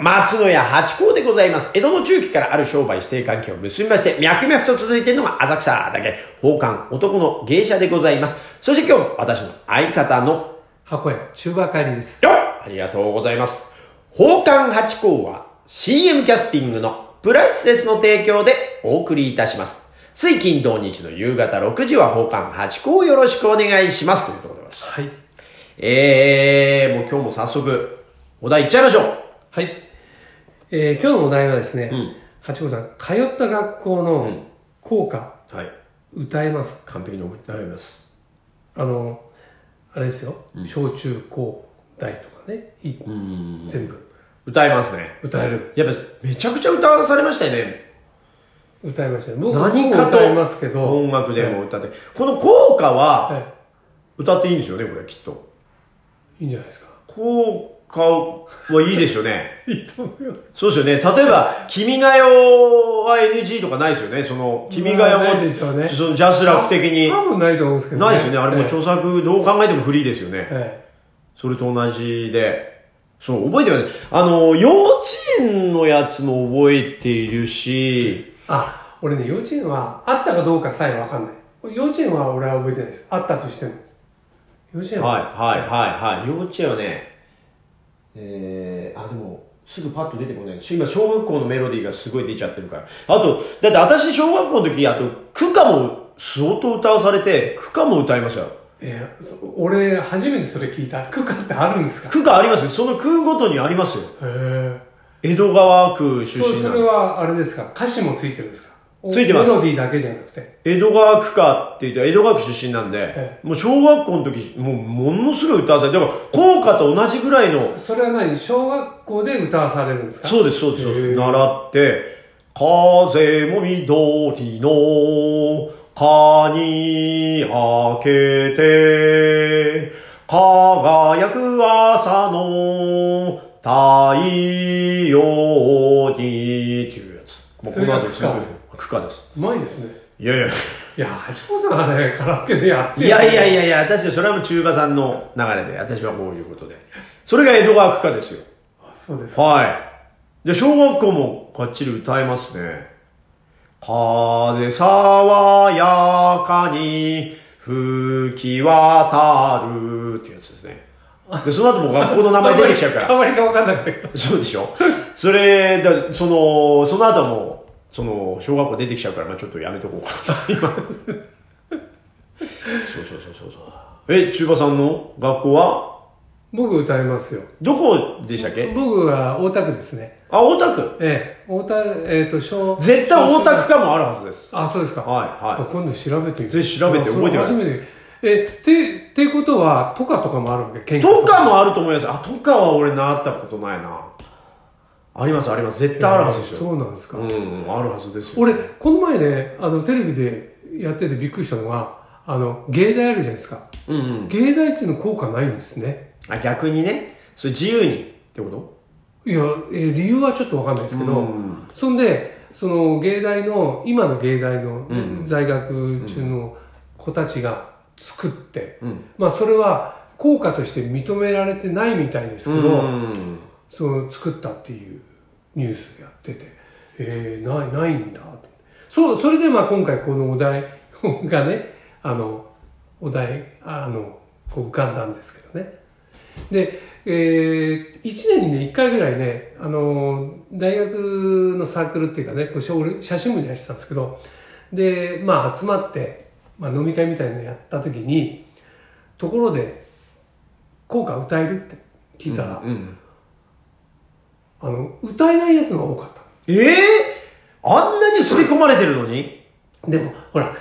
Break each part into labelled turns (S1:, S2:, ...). S1: 松野屋八甲でございます。江戸の中期からある商売指定関係を結びまして、脈々と続いているのが浅草だけ、宝冠男の芸者でございます。そして今日、私の相方の
S2: 箱屋中ばかりです。
S1: よありがとうございます。宝冠八甲は CM キャスティングのプライスレスの提供でお送りいたします。水金土日の夕方6時は宝冠八甲をよろしくお願いします。というところでございます。
S2: はい。
S1: えー、もう今日も早速、お題いっちゃいましょう。
S2: はい。えー、今日のお題はですね、うん、八子さん、通った学校の校歌、うん、はい、歌えます
S1: 完璧に歌えます。
S2: あの、あれですよ、うん、小中高大とかね、いうん全部。
S1: 歌えますね。
S2: 歌える。
S1: やっぱめちゃくちゃ歌わされましたよね。
S2: 歌いましたね。僕何かと歌いますけど。
S1: 音楽でも歌って。はい、この効果は、歌っていいんですよね、これ、きっと。
S2: いいんじゃないですか。
S1: 効果はいいですよね。
S2: いいと思う よ。
S1: そうですよね。例えば、君が代は NG とかないですよね。その、君が代も、
S2: ないでしょう ね、
S1: そのジャスラック的に。
S2: 多分ないと思うんですけど、
S1: ね、ないですよね。あれも著作、どう考えてもフリーですよね。
S2: はい、
S1: それと同じで。そう、覚えてます。あの、幼稚園のやつも覚えているし。
S2: あ、俺ね、幼稚園は、あったかどうかさえわかんない。幼稚園は俺は覚えてないです。あったとしても。幼稚園
S1: ははい、はい、はい、はい。幼稚園はね、えー、あ、でも、すぐパッと出てこない。今、小学校のメロディーがすごい出ちゃってるから。あと、だって私、小学校の時、あと、区歌も相当歌わされて、区歌も歌いましたよ。
S2: えー、そ俺、初めてそれ聞いた。区歌ってあるんですか
S1: 区歌ありますよ。その区ごとにありますよ。
S2: へ
S1: 江戸川区出身
S2: それは、あれですか歌詞もついてるんですか
S1: ついてます。
S2: メロディーだけじゃなくて。
S1: 江戸川区かって言って、江戸川区出身なんで、ええ、もう小学校の時、もうものすごい歌わされて、だから、校歌と同じぐらいの
S2: そ。それは何小学校で歌わされるんですか
S1: そうです、そうです、そうです。習って、風も緑のに開けて、輝く朝の太陽に、っていうやつ。
S2: もうこの後
S1: すぐ。区歌です。
S2: うまいですね。
S1: いやいや。 い
S2: や、八甲さんはね、カラオケでやって
S1: いやいやいやいや、私はそれはもう中華さんの流れで、私はこういうことで。それが江戸川区歌ですよ。
S2: あ、そうです
S1: か。はい。で、小学校もかっちり歌えますね。風爽やかに吹き渡るってやつですね。で、その後も学校の名前出てきちゃうから。
S2: あまりかわかんなくて。
S1: そうでしょ。それ、だその、その後もその、小学校出てきちゃうから、まあちょっとやめとこうかな、今。そうそうそうそうそう。え、中華さんの学校は
S2: 僕歌いますよ。
S1: どこでしたっけ
S2: 僕は大田区ですね。
S1: あ、大田区
S2: ええ。大田、えっ、ー、と、小。
S1: 絶対大田区かもあるはずです。
S2: あ、そうですか。。
S1: はい、はい
S2: 今度調べて
S1: ぜひ調べて覚えてください。初
S2: めて。え、て、てことは、都下とかもあるわけ
S1: 県とかもあると思います。あ、都下は俺習ったことないな。ありますあります絶対あるはずですよ
S2: そうなんですか、
S1: うん、あるはずです
S2: よ俺この前ねあのテレビでやっててびっくりしたのはあの芸大あるじゃないですか、
S1: うん、うん、
S2: 芸大っていうの効果ないんですね
S1: あ逆にねそれ自由にってこと
S2: いや、え理由はちょっと分かんないですけど、うん、そんでその芸大の今の芸大の、ね、うん、在学中の子たちが作って、まあそれは効果として認められてないみたいですけど、その作ったっていうニュースやってて、えー、ない、ないんだ。そう、それでまあ今回このお題がね、あの、お題、あの、こう浮かんだんですけどね。で、えー、1年にね、1回ぐらいね、あの、大学のサークルっていうかね、こう写真部にやってたんですけど、で、まあ集まって、まあ飲み会みたいなのやった時に、ところで、効果歌えるって聞いたら、
S1: うんうん
S2: あの、歌えないやつが多かった。
S1: ええー、あんなに吸い込まれてるのに
S2: でも、ほら、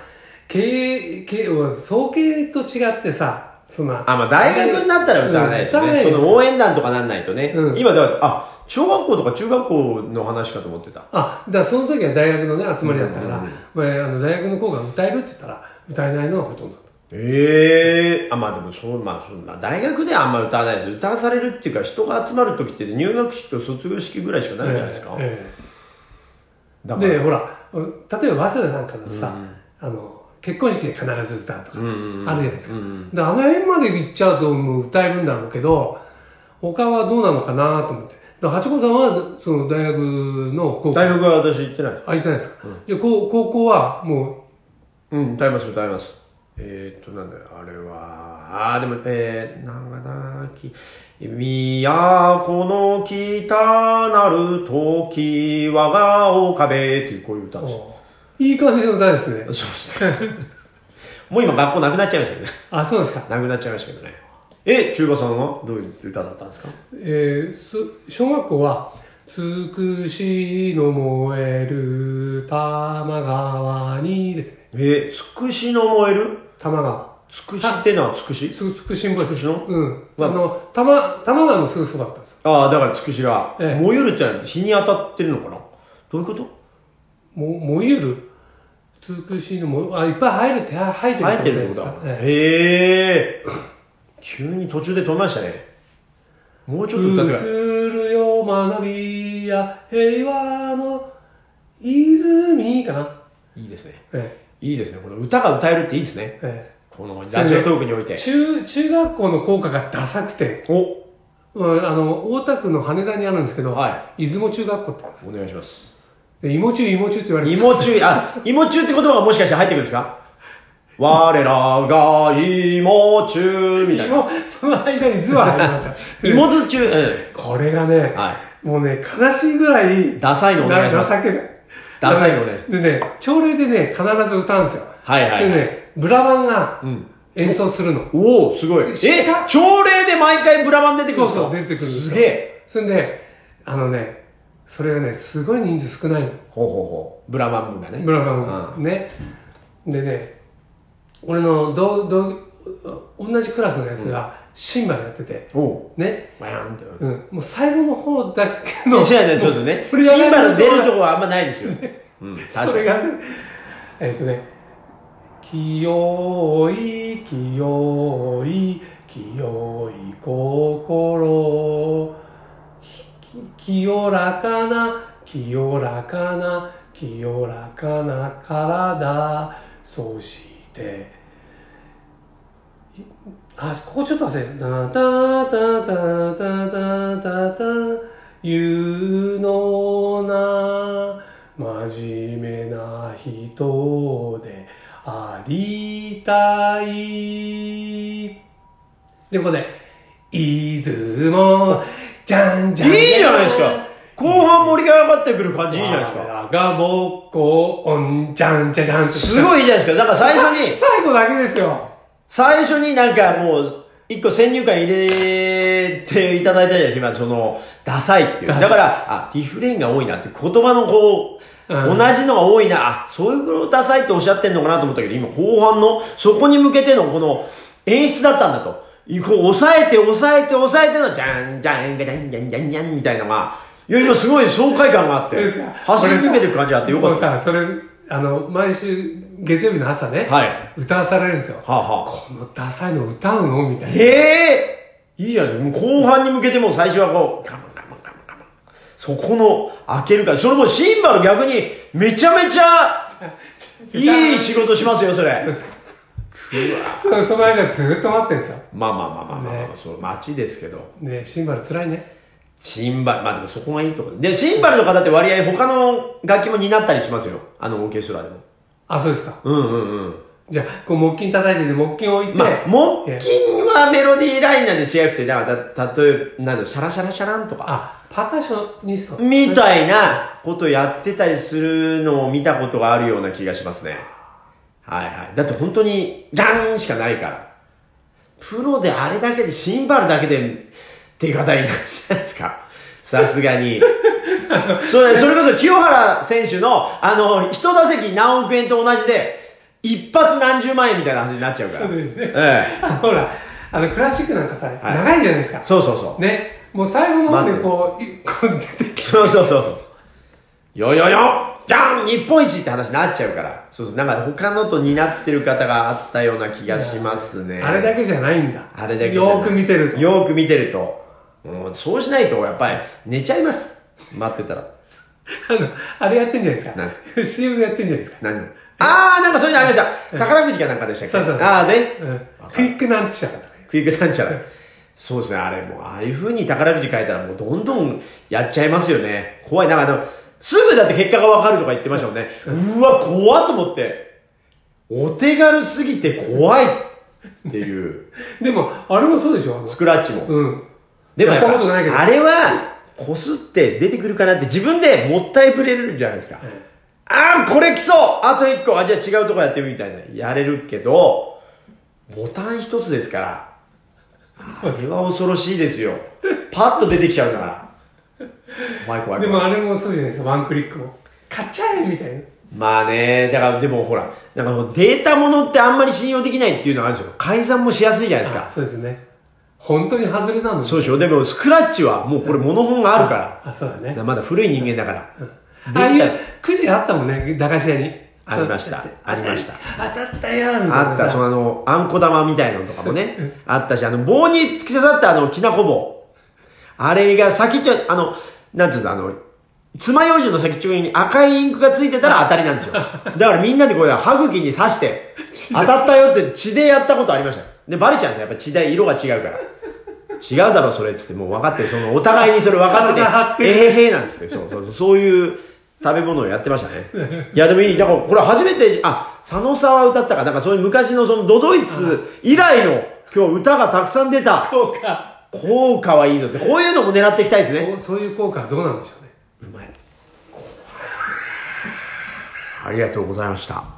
S2: 経営、経営、総経と違ってさ、そんな。
S1: あ、まあ大学になったら歌わないですよね。うん、その応援団とかなんないとね。うん、今だから、あ、小学校とか中学校の話かと思ってた。
S2: あ、だからその時は大学のね、集まりだったから、まあ、あの大学の子が歌えるって言ったら、歌えないのはほとんどだった。
S1: ええー、あ、まあでもそう、まあそんな、大学ではあんま歌わないで、歌わされるっていうか、人が集まる時って入学式と卒業式ぐらいしかないじゃないですか。
S2: ええー、で、ほら、例えば早稲田なんかのさ、うん、あの、結婚式で必ず歌うとかさ、うんうん、あるじゃないですか。うんうん、で、あの辺まで行っちゃうともう歌えるんだろうけど、他はどうなのかなと思って。だから八五さんはその大学の高校
S1: 大学は私行ってない。
S2: あ行ってないですか、じゃあ高高校はも
S1: うん、歌います、歌います。えー、っと、なんだよ、あれは、あー、でも、えー、長崎、都の北なる時、我が丘べっていう、こういう歌
S2: う
S1: です。
S2: おいい感じの歌ですね
S1: そうですね。 もう今、学校なくなっちゃいましたけどね。
S2: あそうですか
S1: なくなっちゃいましたけどね。え、中馬さんはどういう歌だったんですか
S2: えー、そ小学校は「つくしの燃える多摩川に」ですね
S1: えー、つくしの燃える
S2: 多摩川
S1: つくしってのはつくし
S2: つつくしんぼで
S1: つくし
S2: す
S1: の
S2: うんあの多摩多摩川のすぐそばだったんですよ
S1: ああ、だからつくしが、
S2: ええ
S1: 燃えるってのは日に当たってるのかなどういうこと
S2: も燃えるつくしのもあいっぱい入るって入ってる
S1: 生えて
S2: じゃ
S1: る
S2: ない
S1: の
S2: ですか
S1: だへ
S2: ええ
S1: え急に途中で飛びましたねもうちょっと歌ってください
S2: 映るよ学びや平和の泉かな、
S1: いいですね
S2: え
S1: いいですねこの歌が歌えるっていいですね
S2: ええ
S1: このラジオトークにおい
S2: え
S1: て
S2: 中中学校の校歌がダサくて、
S1: お
S2: うんあの大田区の羽田にあるんですけど、
S1: は
S2: 出雲中学校ってあるんですよ
S1: お願いします
S2: で芋中芋中って言われてたん
S1: 芋
S2: ですよ
S1: 中あ芋中って言葉がもしかして入ってくるんですか我らが芋中みたいな
S2: 芋その間に図は入 りました
S1: 芋ず中う
S2: これがね、
S1: んは
S2: もうね悲しいぐらい
S1: いダサいのお願いしま
S2: な
S1: す
S2: 情けない
S1: ダサいのお願いし
S2: でね朝礼でね必ず歌うんですよ
S1: はいはい
S2: それでねブラバンが
S1: うん
S2: 演奏するの
S1: おおすごいえ
S2: 鹿
S1: 朝礼で毎回ブラマン出てくるんですか
S2: そうそう出てくるんですよ
S1: すげえ
S2: それであのねそれがねすごい人数少ないの
S1: ほうほうほうブラマン分がね
S2: ブラバンねでね俺の同同同じクラスのやつがシンバルやってて
S1: おう
S2: ね、
S1: バヤンって。
S2: うん、もう最後の方だけの
S1: 違う違う、ちょっとね。
S2: もう
S1: シンバル出るとこはあんまないですよ。うん、確か
S2: それがねえっ、とね「清い清い清い心」き清らかな清らかな清らかな体そしていあここちょっと忘れた「タタタタタタタ」「有能な真面目な人でありたい」でここで「出雲じゃんじゃん」
S1: に。いいじゃないですか。後半盛り上がってくる感じいいじゃないですか。
S2: か。がぼっこ、おんじゃんじゃじゃん
S1: すごいいいじゃないですか。だから最初に、
S2: 最後だけですよ。
S1: 最初になんかもう、一個先入観入れていただいたじゃないですか、今、その、ダサいっていう。
S2: ダサい
S1: だから、あ、リフレインが多いなって、言葉のこう、
S2: うん
S1: 同じのが多いな、あ、そういうことダサいっておっしゃってんのかなと思ったけど、今、後半の、そこに向けてのこの、演出だったんだと。こう、抑えて、抑えて、抑えての、じゃん、じゃん、じゃん、じゃん、じゃん、じゃん、みたいなのが、いや、今すごい爽快感があって、走り抜けてる感じがあってよかった。
S2: もうさ、それ、あの、毎週月曜日の朝ね、
S1: はい
S2: 歌わされるんですよ。
S1: はあ、はあ。
S2: このダサいの歌うのみたいな。
S1: ええいいじゃないですか。もう後半に向けてもう最初はこう、ガマンガマンガマンガマン。そこの開けるから、それもうシンバル逆にめちゃめちゃいい仕事しますよ、それ。
S2: そその間ずっと待ってるんですよ。
S1: まあまあまあまあまあ、まあ
S2: ね
S1: そう、街ですけど。
S2: ねシンバル辛いね。
S1: シンバル、まあでもそこがいいところで。シンバルの方って割合他の楽器も担ったりしますよ。あのオーケストラでも。
S2: あ、そうですか。
S1: うんうんうん。
S2: じゃあ、こう木琴叩いてて、木琴置いて、
S1: まあ、木琴はメロディーラインなんで違くて、だから、た例えば、なんだろう、シャラシャラシャランとか。
S2: あ、パーカッショニスト。
S1: みたいなことやってたりするのを見たことがあるような気がしますね。はいはい。だって本当に、ランしかないから。プロであれだけで、シンバルだけで、手堅いなんじゃないですか。さすが に。それ、それこそ清原選手の、あの、一打席何億円と同じで、一発何十万円みたいな話になっちゃうから。
S2: そうですね
S1: ええ。
S2: あのほら、あの、クラシックなんかさ、
S1: い
S2: 長いじゃないですか。
S1: そうそうそう。
S2: ね、もう最後の方でこう、いこう出てきて、
S1: そうそうそうそう。よよよじゃん日本一って話になっちゃうから。そうそう。なんか他のと担ってる方があったような気がしますね。
S2: あれだけじゃないんだ。
S1: あれだけじゃない
S2: よーく見てると。
S1: よーく見てると。うん、そうしないと、やっぱり寝ちゃいます。待ってたら。
S2: あの、あれやってんじゃない
S1: 何
S2: で
S1: です
S2: か。CM でやってんじゃないですか。
S1: 何あー、なんかそういうのありました。宝くじかなんかでしたっけ
S2: そうそうそう
S1: あーね。
S2: うん。クイックなんちゃらとか
S1: クイックなんちゃら。そうですね、あれもう、ああいう風に宝くじ書いたらもうどんどんやっちゃいますよね。怖い。なんかあの、すぐだって結果がわかるとか言ってましたもんね。うわ、怖っと思って。お手軽すぎて怖いっていう。
S2: でも、あれもそうでしょあの
S1: スクラッチも。
S2: うん。
S1: でも
S2: や
S1: や
S2: っ
S1: った
S2: ことないけど。
S1: ぱ、あれは、こすって出てくるかなって自分でもったいぶれるじゃないですか。あーこれ来そうあと一個あ、じゃあ違うとこやってみるみたいな。やれるけど、ボタン一つですから。あれは恐ろしいですよ。パッと出てきちゃうんだから。怖い怖い怖い。
S2: でもあれもそうじゃないですか、ワンクリックも。買っちゃえみたいな。
S1: まあね、だからでもほら、なんかもうデータものってあんまり信用できないっていうのがあるんですよ。改ざんもしやすいじゃないです
S2: あ
S1: か。
S2: そうですね。本当に外れなのに
S1: そうでしょでもスクラッチはもうこれ物本があるか
S2: あ、そうだ
S1: ら。
S2: ね。
S1: まだ古い人間だから。
S2: ああい
S1: デ
S2: う
S1: ータ
S2: くじあったもんね、駄菓子屋に。
S1: ありました
S2: そう
S1: ありました。
S2: 当たったよみたいなさ。
S1: あった、そのあの、あんこ玉みたいなのとかもね、あったし、あの、棒に突き刺さったあの、きなこ棒。あれが先っちょ、あの、なんつうの、あの、爪楊枝の先っちょに赤いインクがついてたら当たりなんですよ。だからみんなでこれ、歯茎に刺して、当たったよって血でやったことありましたよ。で、バレちゃうんですよ。やっぱ血で色が違うから。違うだろ、それっつって、もう分かってる。その、お互いにそれ分か
S2: 体張っ
S1: っててて、えへへなんですね。そうそうそう、そういう食べ物をやってましたね。いや、でもいい。だから、これ初めて、あ、佐野沢歌ったか、なんかそういう昔のその、ドドイツ以来の、今日歌がたくさん出た、
S2: 効果。
S1: 効果はいいぞって、こういうのも狙っていきたいですね。
S2: そうそういう効果はどうなんでしょうね。
S1: うまい。ありがとうございました。